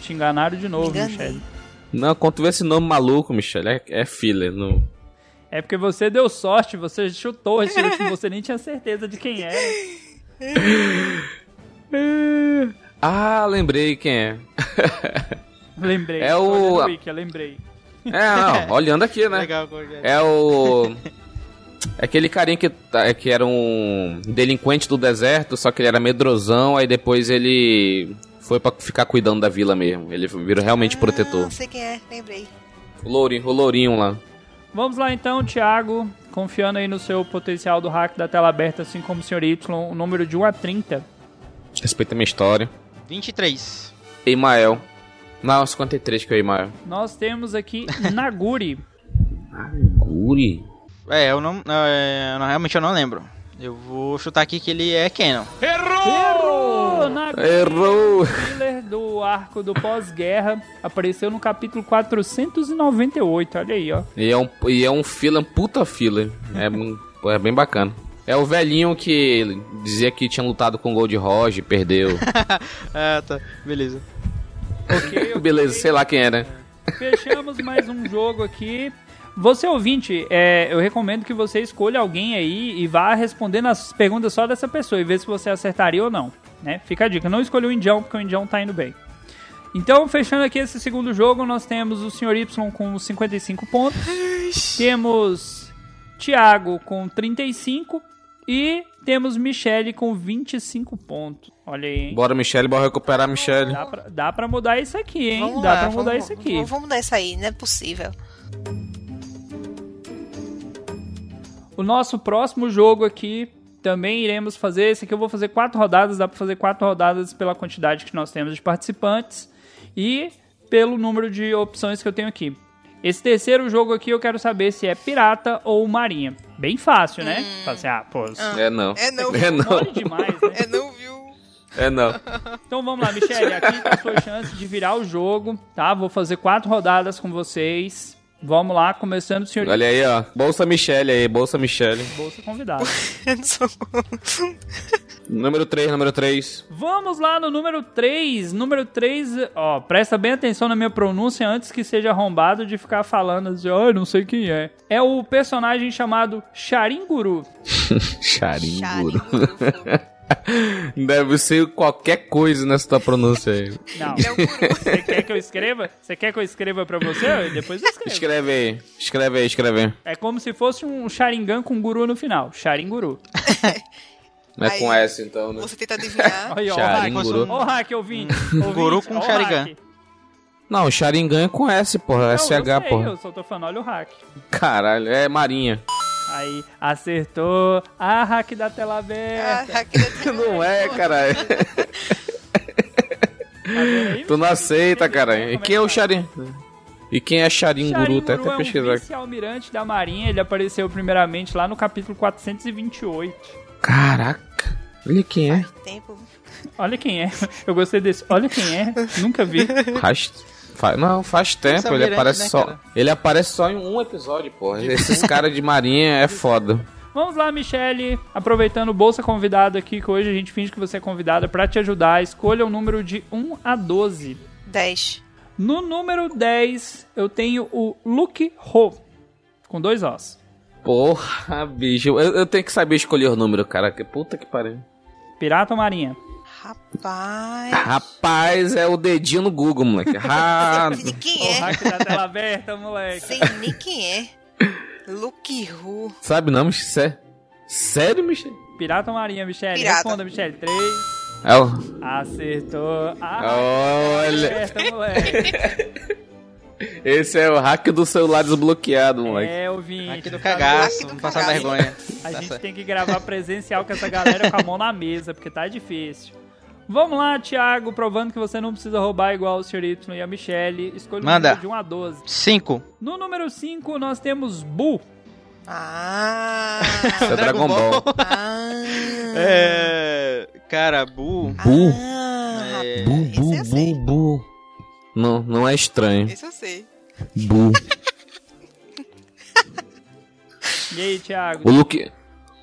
Speaker 2: Te enganaram de novo,
Speaker 5: Enganei.
Speaker 2: Michele.
Speaker 1: Não, quando tu vê esse nome maluco, Michel, é, é filler. Não...
Speaker 2: É porque você deu sorte, você chutou esse último, você nem tinha certeza de quem era.
Speaker 1: Ah, lembrei quem é.
Speaker 2: Lembrei.
Speaker 1: É o-
Speaker 2: Olha no Wiki, eu lembrei.
Speaker 1: É, não, olhando aqui, né?
Speaker 3: legal. Gorgia.
Speaker 1: É o. é Aquele carinha que, tá- é que era um delinquente do deserto, só que ele era medrosão, aí depois ele foi pra ficar cuidando da vila mesmo. Ele virou realmente protetor.
Speaker 5: Ah, sei quem é, lembrei.
Speaker 1: O lourinho, o lourinho lá.
Speaker 2: Vamos lá então, Thiago. Confiando aí no seu potencial do hack da tela aberta, assim como o Sr. Y, o número de 1 a 30.
Speaker 1: Respeita a minha história.
Speaker 3: 23.
Speaker 1: Eimael. Não, 53 que é o Eimael.
Speaker 2: Nós temos aqui Naguri.
Speaker 1: Guri?
Speaker 3: É, eu não, não, é, eu não- Realmente eu não lembro. Eu vou chutar aqui que ele é Canon.
Speaker 2: Errou! Naguri,
Speaker 1: Errou!
Speaker 2: thriller do arco do pós-guerra, apareceu no capítulo 498. Olha aí, ó.
Speaker 1: E é um, e é um fila, um puta fila. É, um- pô, é bem bacana. É o velhinho que dizia que tinha lutado com o Gold Roger e perdeu.
Speaker 3: Ah, tá. Beleza.
Speaker 2: Ok,
Speaker 1: Beleza, sei lá quem é, né? era.
Speaker 2: Fechamos mais um jogo aqui. Você ouvinte, é, eu recomendo que você escolha alguém aí e vá respondendo as perguntas só dessa pessoa e ver se você acertaria ou não. Né? Fica a dica, não escolha o Indião, porque o Indião tá indo bem. Então, fechando aqui esse segundo jogo, nós temos o Sr. Y com 55 pontos, temos Thiago com 35 e temos Michele com 25 pontos. Olha aí, hein?
Speaker 1: Bora, Michele, bora recuperar a Michele.
Speaker 2: Dá pra, dá pra mudar isso aqui, hein?
Speaker 5: Vamos
Speaker 2: dá
Speaker 5: lá,
Speaker 2: pra mudar
Speaker 5: vamos,
Speaker 2: isso aqui.
Speaker 5: Vamos, vamos mudar isso aí, não é possível.
Speaker 2: O nosso próximo jogo aqui também iremos fazer. Esse aqui eu vou fazer quatro rodadas, dá pra fazer quatro rodadas pela quantidade que nós temos de participantes e pelo número de opções que eu tenho aqui. Esse terceiro jogo aqui eu quero saber se é pirata ou marinha. Bem fácil, né? Fala assim, ah, pô, isso
Speaker 1: É não.
Speaker 5: É não.
Speaker 1: É não.
Speaker 2: mole demais, né?
Speaker 5: É, não viu?
Speaker 1: É não.
Speaker 2: Então vamos lá, Michele, aqui tá a sua chance de virar o jogo, tá? Vou fazer quatro rodadas com vocês. Vamos lá, começando o senhor
Speaker 1: Olha aí, ó. Bolsa Michele aí, Bolsa Michele.
Speaker 2: Bolsa convidado.
Speaker 5: Eu não sou.
Speaker 1: Número 3, número 3.
Speaker 2: Vamos lá no número 3. Número 3, ó, presta bem atenção na minha pronúncia antes que seja arrombado de ficar falando assim, ó, eu não sei quem é. É o personagem chamado Sharinguru.
Speaker 5: Chari,
Speaker 1: Charinguro.
Speaker 5: guru.
Speaker 1: Deve ser qualquer coisa nessa tua pronúncia aí.
Speaker 2: Não.
Speaker 5: É o guru.
Speaker 2: Você quer que eu escreva? Você quer que eu escreva pra você? Depois eu escrevo.
Speaker 1: Escreve aí, escreve aí, escreve aí.
Speaker 2: É como se fosse um Sharingan com guru no final. Sharinguru.
Speaker 1: Não é
Speaker 5: Aí.
Speaker 1: com S então, né?
Speaker 5: Você tenta adivinhar.
Speaker 2: Aí, ó,
Speaker 1: Charing,
Speaker 2: o hack.
Speaker 1: guru.
Speaker 2: Ó, o hack, ouvinte.
Speaker 1: Hum.
Speaker 3: Guru com
Speaker 2: Ó, o
Speaker 3: Sharingan.
Speaker 2: hack.
Speaker 1: Não, Sharingan é com S, porra.
Speaker 2: Não, eu
Speaker 1: SH,
Speaker 2: sei,
Speaker 1: porra.
Speaker 2: Eu só tô falando, olha o hack.
Speaker 1: Caralho, é Marinha.
Speaker 2: Aí, acertou. Ah, hack da tela aberta.
Speaker 5: Ah, aquele adivinhou.
Speaker 1: Não é, caralho.
Speaker 2: Tá vendo aí?
Speaker 1: Tu não aceita,
Speaker 2: Como
Speaker 1: cara.
Speaker 2: é
Speaker 1: E
Speaker 2: que
Speaker 1: quem é o
Speaker 2: faz?
Speaker 1: Sharin? E quem é Sharin Guru?
Speaker 2: Sharingan
Speaker 1: Tá até
Speaker 2: é
Speaker 1: pesquisar
Speaker 2: um
Speaker 1: aqui.
Speaker 2: vice-almirante da Marinha. Ele apareceu primeiramente lá no capítulo 428.
Speaker 1: Caraca. Olha quem é.
Speaker 5: Tempo.
Speaker 2: Olha quem é. Eu gostei desse. Olha quem é. Nunca vi.
Speaker 1: Faz... fa- Não, faz tempo, ele
Speaker 3: almirante,
Speaker 1: aparece
Speaker 3: né,
Speaker 1: só.
Speaker 3: cara?
Speaker 1: Ele aparece só em um episódio, porra. Esses caras de marinha é foda.
Speaker 2: Vamos lá, Michele. Aproveitando o Bolsa Convidado aqui, que hoje a gente finge que você é convidada pra te ajudar. Escolha o número de 1 a 12.
Speaker 5: 10.
Speaker 2: No número 10, eu tenho o Luke Ho. Com dois Os.
Speaker 1: Porra, bicho. Eu, eu tenho que saber escolher o número, cara. Que puta que pariu.
Speaker 2: Pirata ou Marinha?
Speaker 1: É.
Speaker 5: Rapaz.
Speaker 1: Rapaz, é o dedinho no Google, moleque. Ra...
Speaker 5: De
Speaker 2: O
Speaker 5: quem é?
Speaker 2: hack da Tá tela aberta, moleque.
Speaker 5: Sem nem quem é. Luke Ru.
Speaker 1: Sabe não, Michel? Sé- Sério, Michel?
Speaker 2: Pirata ou Marinha, Michele?
Speaker 5: Pirata.
Speaker 2: Responda, Michele. 3.
Speaker 1: É o...
Speaker 2: Acertou. Ah,
Speaker 1: Olha.
Speaker 2: acerta, moleque.
Speaker 1: Esse é o hack do celular desbloqueado, moleque.
Speaker 2: É, ouvinte.
Speaker 3: Aqui do
Speaker 2: tá
Speaker 3: cagaço,
Speaker 5: Aqui do
Speaker 3: vamos passar
Speaker 5: cagaço.
Speaker 3: vergonha.
Speaker 2: A
Speaker 3: Tá
Speaker 2: gente
Speaker 3: certo.
Speaker 2: tem que gravar presencial com essa galera com a mão na mesa, porque tá difícil. Vamos lá, Thiago, provando que você não precisa roubar igual o Sr. Y e a Michelle. Escolha
Speaker 3: Manda.
Speaker 2: um número de 1 a 12.
Speaker 3: Cinco.
Speaker 2: No número 5, nós temos Bu.
Speaker 5: Ah.
Speaker 1: Esse é Dragon Ball.
Speaker 5: ah.
Speaker 3: É. Cara, Bu.
Speaker 1: Bu.
Speaker 5: Ah,
Speaker 3: É,
Speaker 1: Bu,
Speaker 5: Esse eu
Speaker 1: bu,
Speaker 5: sei.
Speaker 1: bu, bu. Não, não é estranho.
Speaker 5: Esse eu sei.
Speaker 1: Bu.
Speaker 2: E aí, Thiago?
Speaker 1: O Luke.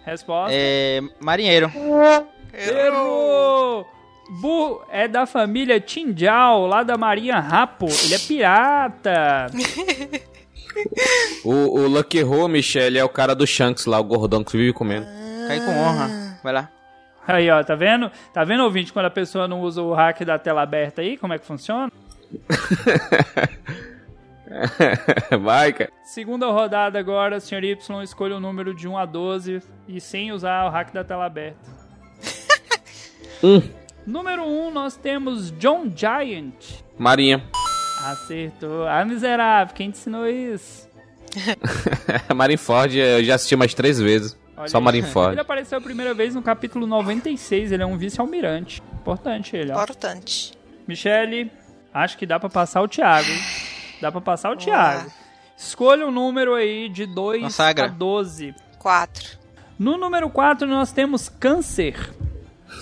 Speaker 2: Resposta?
Speaker 3: é, Marinheiro.
Speaker 2: Errou! Bu é da família Tinjal, lá da Marinha Rapo. Ele é pirata.
Speaker 1: O, o Lucky Ho, Michelle, é o cara do Shanks lá, o gordão que vive comendo.
Speaker 3: Cai com honra. Vai lá.
Speaker 2: Aí, ó, tá vendo? Tá vendo, ouvinte, quando a pessoa não usa o hack da tela aberta aí, como é que funciona?
Speaker 1: Vai, cara.
Speaker 2: Segunda rodada agora, senhor Y, escolha o número de 1 a 12 e sem usar o hack da tela aberta.
Speaker 1: Um.
Speaker 2: Número 1, nós temos John Giant.
Speaker 1: Marinha.
Speaker 2: Acertou. Ah, miserável, quem te ensinou isso?
Speaker 1: Marineford, eu já assisti mais três vezes.
Speaker 2: Olha
Speaker 1: Só
Speaker 2: aí. Ele
Speaker 1: Marineford.
Speaker 2: apareceu a primeira vez no capítulo 96, ele é um vice-almirante. Importante ele, ó.
Speaker 5: Importante.
Speaker 2: Michele, acho que dá pra passar o Thiago, hein? Dá pra passar o
Speaker 5: Vamos
Speaker 2: Thiago.
Speaker 5: lá.
Speaker 2: Escolha um número aí de
Speaker 3: Uma
Speaker 2: 2 a
Speaker 3: sagra.
Speaker 2: 12.
Speaker 5: 4.
Speaker 2: No número 4, nós temos Câncer.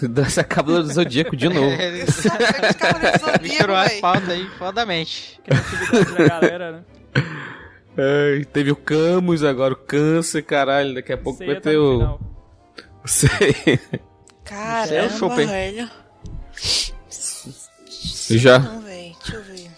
Speaker 1: Dança Cavaleiro do Zodíaco de novo.
Speaker 3: É, Misturou as pautas aí, fodamente.
Speaker 2: Criatividade da galera, né?
Speaker 1: Ai, teve o Camus agora, o câncer, caralho. Daqui a pouco
Speaker 2: Ceia
Speaker 1: vai
Speaker 2: tá
Speaker 1: ter
Speaker 2: no
Speaker 1: o.
Speaker 2: final.
Speaker 1: Sei.
Speaker 3: Isso é o
Speaker 5: Caramba,
Speaker 3: Chopin.
Speaker 5: velho.
Speaker 1: Já.
Speaker 5: Não, velho. Deixa eu ver.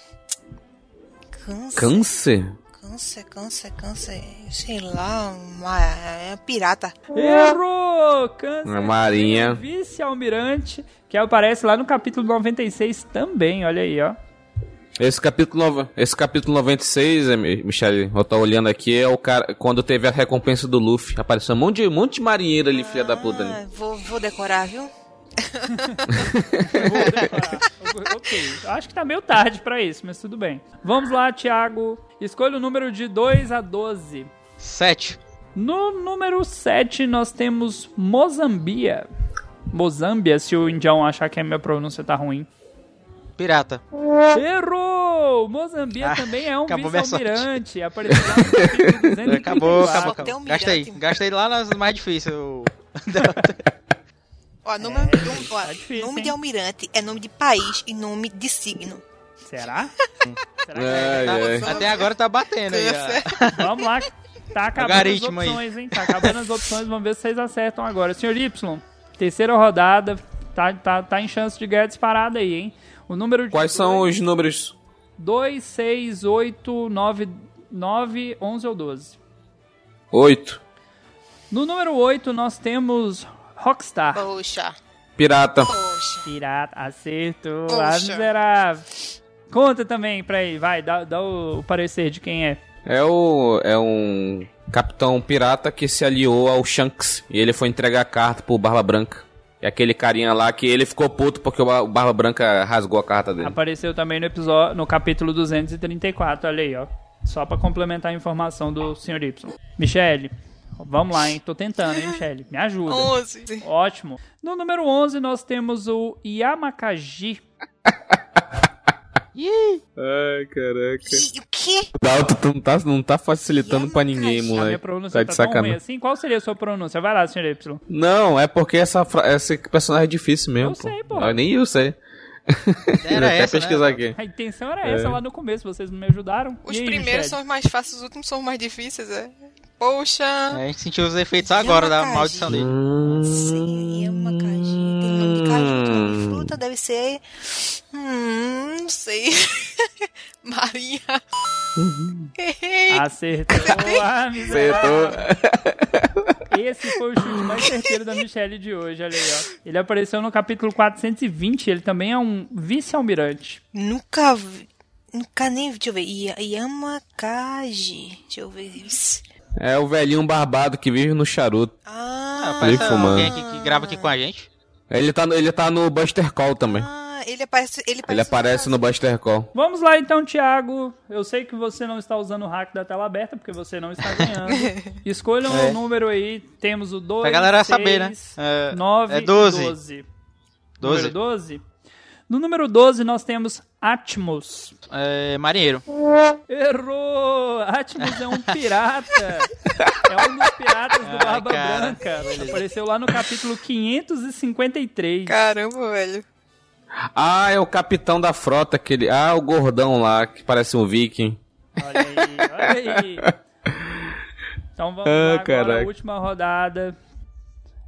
Speaker 5: Câncer.
Speaker 1: Câncer?
Speaker 5: Câncer, câncer, câncer. Sei lá, uma... é pirata.
Speaker 2: Errou! Câncer.
Speaker 1: Na Marinha.
Speaker 2: é Vice-almirante, que aparece lá no capítulo 96 também, olha aí, ó.
Speaker 1: Esse capítulo, nova- esse capítulo 96, é, Mi- Michele, eu tô olhando aqui, é o cara. Quando teve a recompensa do Luffy. Apareceu um monte de, um monte de marinheiro ali, filha da puta. né?
Speaker 5: Ah,
Speaker 1: Ali.
Speaker 5: vou, vou decorar, viu?
Speaker 2: Eu vou decorar. ok, acho que tá meio tarde pra isso, mas tudo bem. Vamos lá, Thiago. Escolha o número de 2 a 12.
Speaker 3: Sete.
Speaker 2: No número 7, nós temos Mozambia. Mozambia, se o indião achar que a minha pronúncia tá ruim.
Speaker 3: Pirata.
Speaker 2: Errou! Mozambia
Speaker 3: Ah,
Speaker 2: também é um
Speaker 3: acabou minha sorte.
Speaker 2: vice-almirante. Apareceu lá no capítulo 234.
Speaker 3: É, Acabou, acabou,
Speaker 5: Só tem
Speaker 3: acabou.
Speaker 5: um
Speaker 3: Gastei.
Speaker 5: mirante.
Speaker 3: Gastei lá nas mais difíceis. o-
Speaker 5: Ó, nome, num- ó,
Speaker 2: É, tá difícil,
Speaker 5: nome
Speaker 2: hein?
Speaker 5: de almirante é nome de país e nome de signo.
Speaker 2: Será? Será que é?
Speaker 1: Ai, ai.
Speaker 3: Até agora tá batendo aí. ó.
Speaker 2: Vamos lá. Tá acabando as
Speaker 3: Algaritmo aí.
Speaker 2: opções, hein? Tá acabando as opções. Vamos ver se vocês acertam agora. Senhor Y, terceira rodada. Tá, tá, tá em chance de ganhar disparada aí, hein? O número de
Speaker 1: Quais são os números?
Speaker 2: 2, 6, 8, 9, 9, 11 ou 12.
Speaker 1: Oito.
Speaker 2: No número 8, nós temos Rockstar.
Speaker 5: Poxa,
Speaker 1: Pirata.
Speaker 5: poxa.
Speaker 2: Pirata, acerto.
Speaker 5: Poxa.
Speaker 2: Ah, miserável. Conta também pra ele, vai, dá, dá o parecer de quem é.
Speaker 1: É o. É um. capitão pirata que se aliou ao Shanks. E ele foi entregar a carta pro Barba Branca. E aquele carinha lá que ele ficou puto porque o Bar- o Barba Branca rasgou a carta dele.
Speaker 2: Apareceu também no episódio, no capítulo 234, olha aí, ó. Só pra complementar a informação do Sr. Y. Michele, vamos lá, hein? Tô tentando, hein, Michele? Me ajuda.
Speaker 5: 11.
Speaker 2: Ótimo. No número 11 nós temos o Yamakaji.
Speaker 1: Ai, caraca.
Speaker 5: Ih, O quê?
Speaker 1: Dalton, tu não tá, não tá facilitando
Speaker 2: é
Speaker 1: pra ninguém,
Speaker 5: Yamakaji.
Speaker 2: A minha
Speaker 1: moleque. Tá
Speaker 2: pronúncia tá,
Speaker 1: de
Speaker 2: tão ruim
Speaker 1: sacanagem.
Speaker 2: assim. Qual seria a sua pronúncia? Vai lá, Sr. Y.
Speaker 1: Não, é porque essa, fra- esse personagem é difícil mesmo.
Speaker 2: Eu sei, pô.
Speaker 1: Ah, nem eu sei. Vou
Speaker 3: Era
Speaker 1: até
Speaker 3: essa, né?
Speaker 1: pesquisar aqui.
Speaker 2: A intenção
Speaker 1: É.
Speaker 2: era essa lá no começo, vocês não me ajudaram.
Speaker 5: Os
Speaker 2: E aí,
Speaker 5: primeiros
Speaker 2: Michele?
Speaker 5: são os mais fáceis, os últimos são os mais difíceis, é? Poxa!
Speaker 3: A gente sentiu os efeitos agora da
Speaker 5: Yamakaji.
Speaker 3: maldição dele.
Speaker 5: Sim, é uma cajinha. Tem nome de caju, tem nome de
Speaker 1: Hum.
Speaker 5: fruta, deve ser. Hum, não sei. Maria. Errei.
Speaker 2: Acertou a miserável.
Speaker 1: Acertou.
Speaker 2: Esse foi o chute mais certeiro da Michelle de hoje, olha aí, ó. Ele apareceu no capítulo 420, ele também é um vice-almirante.
Speaker 5: Nunca vi. Nunca nem vi. Deixa eu ver. Ya- Yamakaji. Deixa eu ver.
Speaker 1: É o velhinho barbado que vive no charuto.
Speaker 5: Ah,
Speaker 3: Ah,
Speaker 1: Ele
Speaker 3: parece
Speaker 1: fumando.
Speaker 3: alguém aqui que grava aqui com a gente.
Speaker 1: Ele tá, no- ele tá no Buster Call também.
Speaker 5: ah, ele aparece. Ele aparece,
Speaker 1: Ele aparece no Buster Call.
Speaker 2: Vamos lá então, Thiago. Eu sei que você não está usando o hack da tela aberta, porque você não está ganhando. Escolha um
Speaker 3: É.
Speaker 2: número aí, temos o 2,
Speaker 3: Pra galera saber, né? É,
Speaker 2: 9
Speaker 3: é 12.
Speaker 2: 12.
Speaker 3: 12.
Speaker 2: Número 12? No número 12 nós temos Atmos.
Speaker 3: É, marinheiro.
Speaker 2: Errou! Atmos é um pirata! é um dos piratas do
Speaker 3: Ai,
Speaker 2: Barba
Speaker 3: cara.
Speaker 2: Branca. Apareceu lá no capítulo 553.
Speaker 5: Caramba, velho.
Speaker 1: Ah, é o capitão da frota, aquele. Ah, o gordão lá, que parece um viking.
Speaker 2: Olha aí, olha aí. Então vamos
Speaker 1: Ah,
Speaker 2: lá agora,
Speaker 1: caraca.
Speaker 2: última rodada.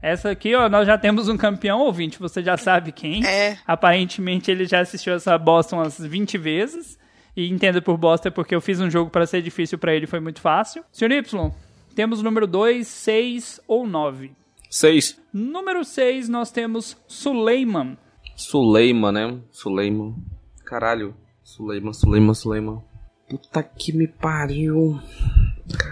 Speaker 2: Essa aqui, ó, nós já temos um campeão ouvinte, você já sabe quem.
Speaker 5: É.
Speaker 2: Aparentemente ele já assistiu essa bosta umas 20 vezes. E entenda por bosta é porque eu fiz um jogo pra ser difícil pra ele, foi muito fácil. Senhor Y, temos o número 2, 6 ou 9.
Speaker 1: Seis.
Speaker 2: Número 6 nós temos Suleiman.
Speaker 1: Suleiman, né? Suleiman. Caralho. Suleiman, Suleiman, Suleiman. Puta que me pariu.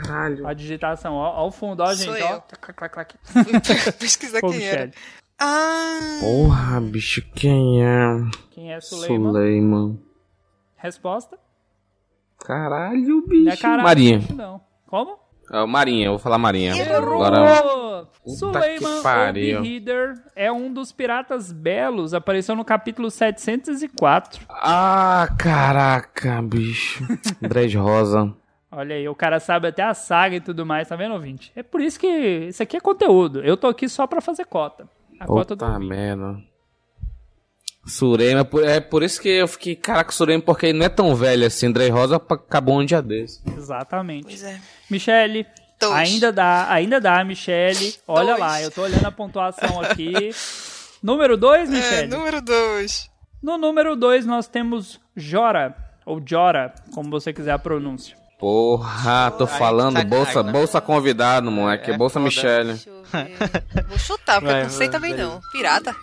Speaker 1: Caralho.
Speaker 2: A digitação, ó, ó o fundo, ó, gente.
Speaker 5: Sou
Speaker 2: ó.
Speaker 5: eu.
Speaker 2: Clac, clac, clac.
Speaker 5: Pesquisar
Speaker 2: Pô,
Speaker 5: quem era.
Speaker 2: Michele,
Speaker 5: Ah,
Speaker 1: Porra, bicho, quem é?
Speaker 2: Quem é Suleiman?
Speaker 1: Suleiman.
Speaker 2: Resposta?
Speaker 1: Caralho,
Speaker 2: Não é
Speaker 1: bicho.
Speaker 2: caralho,
Speaker 1: Marinha.
Speaker 2: não. Como?
Speaker 1: Ah, Marinha, eu vou falar Marinha.
Speaker 2: Errou!
Speaker 1: Agora. Puta
Speaker 2: Suleiman
Speaker 1: que pariu.
Speaker 2: Reader é um dos piratas belos, apareceu no capítulo 704.
Speaker 1: Ah, caraca, bicho. Dres Rosa.
Speaker 2: Olha aí, o cara sabe até a saga e tudo mais, tá vendo, ouvinte? É por isso que isso aqui é conteúdo. Eu tô aqui só pra fazer cota. A cota do
Speaker 1: Puta
Speaker 2: ouvinte.
Speaker 1: merda. Surema, é por- é por isso que eu fiquei, caraca, Surema, porque ele não é tão velho assim. Dres Rosa pa- acabou um dia desse.
Speaker 2: Exatamente.
Speaker 5: pois é.
Speaker 2: Michele,
Speaker 5: Dois.
Speaker 2: ainda dá, ainda dá, Michele. Olha
Speaker 5: Dois.
Speaker 2: lá, eu tô olhando a pontuação aqui. Número 2,
Speaker 5: É,
Speaker 2: Michele?
Speaker 5: número 2.
Speaker 2: No número 2 nós temos Jora, ou Jora, como você quiser a pronúncia.
Speaker 1: Porra, tô
Speaker 3: Aí,
Speaker 1: falando,
Speaker 3: sacanagem,
Speaker 1: bolsa,
Speaker 3: né?
Speaker 1: bolsa convidado, moleque.
Speaker 3: É
Speaker 1: bolsa
Speaker 3: foda.
Speaker 1: Michele.
Speaker 5: Deixa eu ver. Vou chutar, porque
Speaker 3: Vai,
Speaker 5: eu não sei
Speaker 3: vai,
Speaker 5: também
Speaker 3: vai.
Speaker 5: não. Pirata.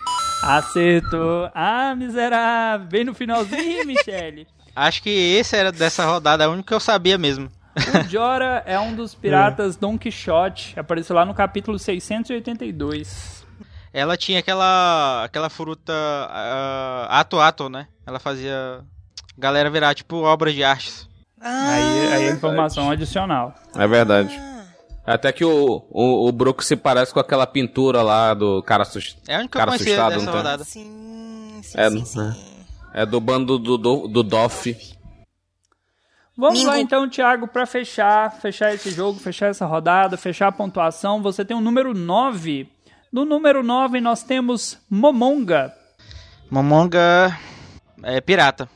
Speaker 2: Acertou. Ah, miserável. Bem no finalzinho, Michele.
Speaker 3: Acho que esse era dessa rodada, é o único que eu sabia mesmo.
Speaker 2: O Jora é um dos piratas Don Quixote. Apareceu lá no capítulo 682.
Speaker 3: Ela tinha aquela aquela fruta ah, ato ato, né? Ela fazia a galera virar tipo obras de artes.
Speaker 5: Ah,
Speaker 2: Aí, aí a informação adicional.
Speaker 1: É verdade.
Speaker 3: Ah.
Speaker 1: Até que o, o, o Broco se parece com aquela pintura lá do cara assustado.
Speaker 3: É a única que eu
Speaker 1: Cara
Speaker 3: conhecia
Speaker 1: assustado,
Speaker 3: dessa
Speaker 1: não tem?
Speaker 3: rodada.
Speaker 5: sim, sim,
Speaker 1: É,
Speaker 5: sim,
Speaker 1: não-
Speaker 5: sim.
Speaker 1: É do bando do, do, do Doff.
Speaker 2: Vamos
Speaker 5: Mingo.
Speaker 2: lá então, Thiago, pra fechar, fechar esse jogo, fechar essa rodada, fechar a pontuação. Você tem o número 9. No número 9 nós temos Momonga.
Speaker 3: Momonga é pirata.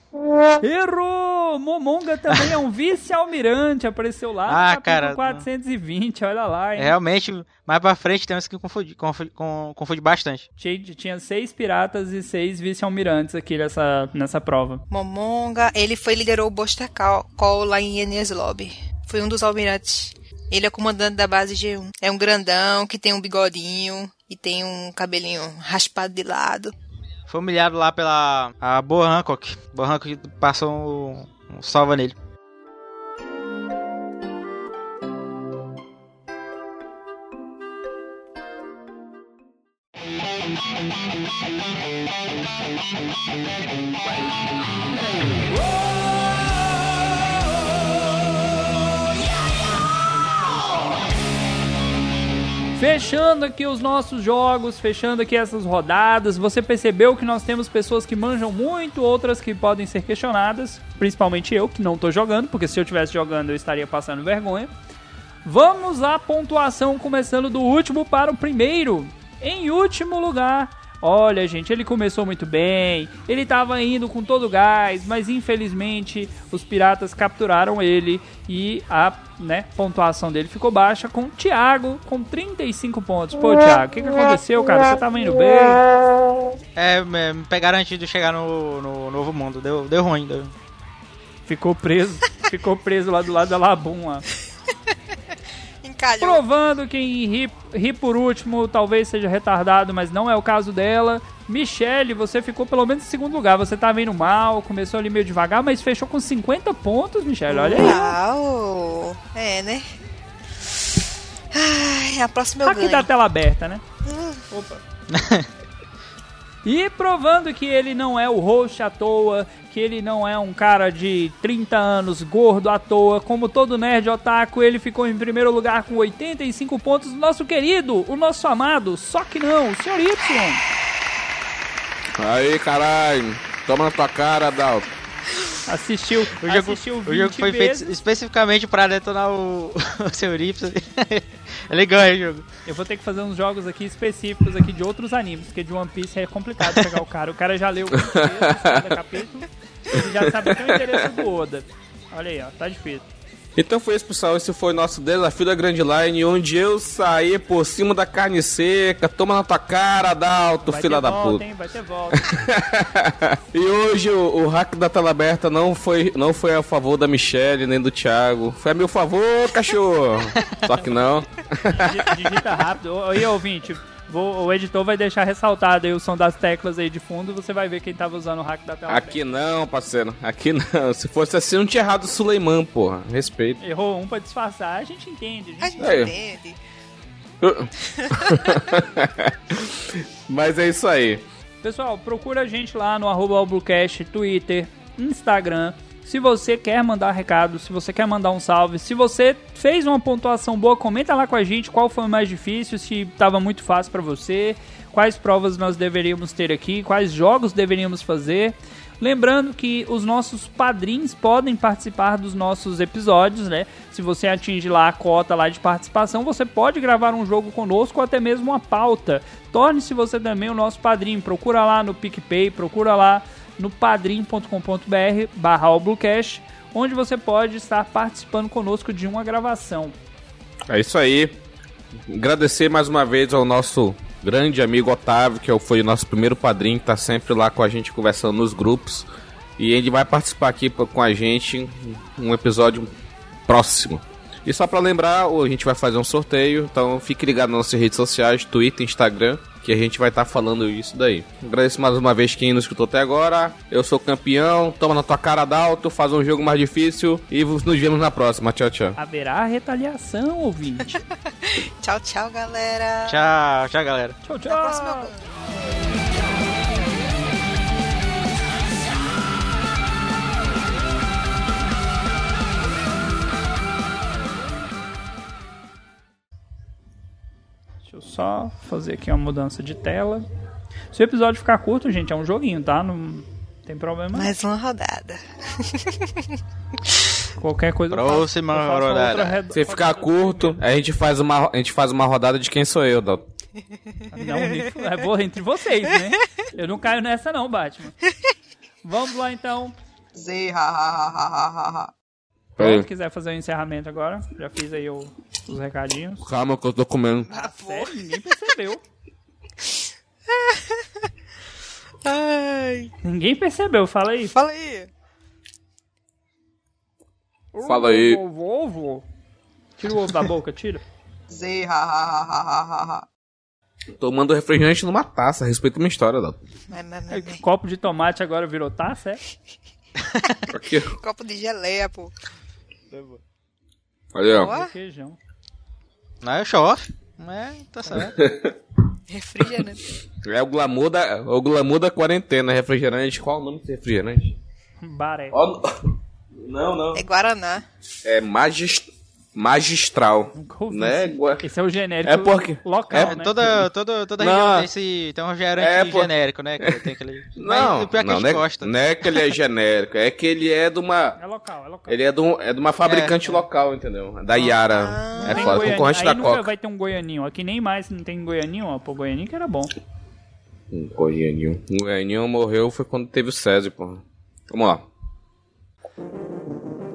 Speaker 2: Errou! Momonga também é um vice-almirante, apareceu lá no
Speaker 3: Ah,
Speaker 2: capítulo
Speaker 3: cara,
Speaker 2: 420, olha lá, hein?
Speaker 3: É, Realmente, mais pra frente tem uns que confunde, confunde, con- confunde bastante.
Speaker 2: Tinha, tinha seis piratas e seis vice-almirantes aqui nessa, nessa prova.
Speaker 5: Momonga, ele foi liderou o Buster Call Call lá em Enies Lobby. Foi um dos almirantes. Ele é o comandante da base G1. É um grandão que tem um bigodinho e tem um cabelinho raspado de lado.
Speaker 3: Foi humilhado lá pela a Boa Hancock. Boa Hancock passou um, um salva nele.
Speaker 2: Fechando aqui os nossos jogos, fechando aqui essas rodadas, você percebeu que nós temos pessoas que manjam muito, outras que podem ser questionadas, principalmente eu, que não tô jogando, porque se eu tivesse jogando eu estaria passando vergonha. Vamos à pontuação, começando do último para o primeiro. Em último lugar, olha gente, ele começou muito bem, ele estava indo com todo o gás, mas infelizmente os piratas capturaram ele e a né, pontuação dele ficou baixa com o Thiago com 35 pontos. Pô, Thiago, o que, que aconteceu, cara? Você tava indo bem?
Speaker 3: É, me me pegaram antes de chegar no, no novo mundo. Deu, deu ruim. Deu.
Speaker 2: Ficou preso, ficou preso lá do lado da Labum lá.
Speaker 5: Encalhou.
Speaker 2: Provando que em ri, Ri por último talvez seja retardado, mas não é o caso dela. Michele, você ficou pelo menos em segundo lugar. Você tá indo mal, começou ali meio devagar, mas fechou com 50 pontos, Michele. Olha aí.
Speaker 5: Uau! É, né? Ai, a próxima eu
Speaker 2: Aqui
Speaker 5: ganho.
Speaker 2: da tela aberta, né? Opa. e provando que ele não é o roxo à toa, que ele não é um cara de 30 anos gordo à toa, como todo nerd otaku, ele ficou em primeiro lugar com 85 pontos. Nosso querido, o nosso amado, só que não, o senhor Y.
Speaker 1: Aí, caralho. Toma na tua cara, Dalton.
Speaker 2: Assistiu,
Speaker 3: O jogo,
Speaker 2: assistiu
Speaker 3: o jogo
Speaker 2: 20
Speaker 3: foi
Speaker 2: vezes.
Speaker 3: feito especificamente pra detonar o, o seu Ripson. Ele ganha o jogo.
Speaker 2: Eu vou ter que fazer uns jogos aqui específicos aqui de outros animes, porque de One Piece é complicado pegar o cara. O cara já leu o primeiro, o segundo capítulo, ele já sabe até o interesse do Oda. Olha aí, ó, tá difícil.
Speaker 1: Então foi isso, pessoal. Esse foi o nosso desafio da Grand Line, onde eu saí por cima da carne seca. Toma na tua cara, Dalton,
Speaker 2: Vai
Speaker 1: filha
Speaker 2: ter
Speaker 1: da
Speaker 2: volta,
Speaker 1: puta.
Speaker 2: hein? Vai ter volta.
Speaker 1: E hoje o, o hack da tela aberta não foi, não foi a favor da Michelle nem do Thiago. Foi a meu favor, cachorro. Só que não.
Speaker 2: Digi- Digita rápido. Ô, Aí, ouvinte, vou- o editor vai deixar ressaltado aí o som das teclas aí de fundo, você vai ver quem tava usando o hack da tela.
Speaker 1: Aqui não, parceiro. Aqui não. Se fosse assim, não tinha errado o Suleiman, porra. Respeito.
Speaker 2: Errou um pra disfarçar, a gente entende. A
Speaker 5: A
Speaker 2: gente...
Speaker 5: gente
Speaker 1: É.
Speaker 5: entende.
Speaker 1: Mas é isso aí.
Speaker 2: Pessoal, procura a gente lá no arroba Albucast, Twitter, Instagram. Se você quer mandar recado, se você quer mandar um salve, se você fez uma pontuação boa, comenta lá com a gente qual foi o mais difícil, se estava muito fácil para você, quais provas nós deveríamos ter aqui, quais jogos deveríamos fazer. Lembrando que os nossos padrinhos podem participar dos nossos episódios, né? Se você atinge lá a cota lá de participação, você pode gravar um jogo conosco ou até mesmo uma pauta. Torne-se você também o nosso padrinho. Procura lá no PicPay, procura lá no padrim.com.br barra Albucash, onde você pode estar participando conosco de uma gravação.
Speaker 1: É isso aí. Agradecer mais uma vez ao nosso grande amigo Otávio, que foi o nosso primeiro padrinho, que tá sempre lá com a gente conversando nos grupos. E ele vai participar aqui pra- com a gente em um episódio próximo. E só pra lembrar, o- a gente vai fazer um sorteio, então fique ligado nas nossas redes sociais, Twitter, Instagram, que a gente vai estar falando isso daí. Agradeço mais uma vez quem nos escutou até agora. Eu sou campeão, toma na tua cara, Dalto, faz um jogo mais difícil e nos vemos na próxima. Tchau, tchau.
Speaker 2: Haverá retaliação, ouvinte.
Speaker 5: Tchau, tchau, galera.
Speaker 3: Tchau, tchau, galera.
Speaker 2: Tchau,
Speaker 5: Na próxima eu
Speaker 2: tchau.
Speaker 5: ganho.
Speaker 2: Deixa eu só fazer aqui uma mudança de tela. Se o episódio ficar curto, gente, é um joguinho, tá? Não tem problema.
Speaker 5: Mais uma rodada.
Speaker 2: Qualquer coisa. eu faço-
Speaker 3: Próxima
Speaker 2: eu faço uma
Speaker 3: rodada.
Speaker 2: outra redo-
Speaker 1: Se ficar curto, a gente faz uma, a gente faz uma rodada de quem sou eu, Dalton.
Speaker 2: Não, é vou entre vocês, né? Eu não caio nessa não, Batman. Vamos lá então.
Speaker 5: Zê, ha, ha, ha, ha, ha, ha.
Speaker 2: Se quiser fazer o encerramento agora, já fiz aí o- os recadinhos.
Speaker 1: Calma que eu tô comendo.
Speaker 2: Sério, Tá ninguém percebeu.
Speaker 5: Ai,
Speaker 2: Ninguém percebeu, fala aí.
Speaker 5: fala aí.
Speaker 1: Fala aí.
Speaker 2: Ovo, ovo. Tira o ovo da boca, tira.
Speaker 5: Zê, ha, ha, ha, ha, ha, ha, ha.
Speaker 1: Tomando refrigerante numa taça, respeita minha história, Dalton.
Speaker 5: Mas, mas,
Speaker 2: É
Speaker 5: mas,
Speaker 2: que
Speaker 5: mas.
Speaker 2: Copo de tomate agora virou taça, é?
Speaker 1: Aqui,
Speaker 5: Copo de geleia, pô.
Speaker 1: olha.
Speaker 5: Ó,
Speaker 2: Feijão.
Speaker 3: Não, eu choro. Mas tá certo.
Speaker 5: Refrigerante.
Speaker 1: É o glamour da, o glamour da quarentena, refrigerante. Qual o nome desse refrigerante?
Speaker 2: Baré.
Speaker 1: Ó, no- Não, não.
Speaker 5: É Guaraná.
Speaker 1: É magis- magistral.
Speaker 2: Nunca ouvi
Speaker 1: Né?
Speaker 2: isso.
Speaker 1: Gua-
Speaker 2: Esse é o genérico
Speaker 1: É porque-
Speaker 2: local,
Speaker 1: é
Speaker 2: né?
Speaker 3: Toda, toda, toda
Speaker 1: Não.
Speaker 3: região tem, esse, tem um gerente
Speaker 1: É, pô.
Speaker 3: genérico, né? que Tem aquele...
Speaker 1: Não,
Speaker 3: Mas o pior é que
Speaker 1: não,
Speaker 3: a
Speaker 1: não,
Speaker 2: né,
Speaker 3: gente
Speaker 1: é,
Speaker 3: gosta.
Speaker 1: não é que ele é genérico, é que ele é de uma.
Speaker 2: É local, é local.
Speaker 1: Ele é de, um- é de uma fabricante local, entendeu?
Speaker 3: Ah,
Speaker 1: Da Yara. é
Speaker 2: Tem
Speaker 1: foda,
Speaker 2: Goiânia.
Speaker 1: concorrente
Speaker 2: Aí
Speaker 1: da
Speaker 2: nunca
Speaker 1: Coca.
Speaker 2: vai ter um goianinho. Aqui nem mais não tem goianinho, ó. Pô, goianinho que era bom.
Speaker 1: Hum, Goianinho. O Goianinho morreu foi quando teve o César, pô. Vamos lá.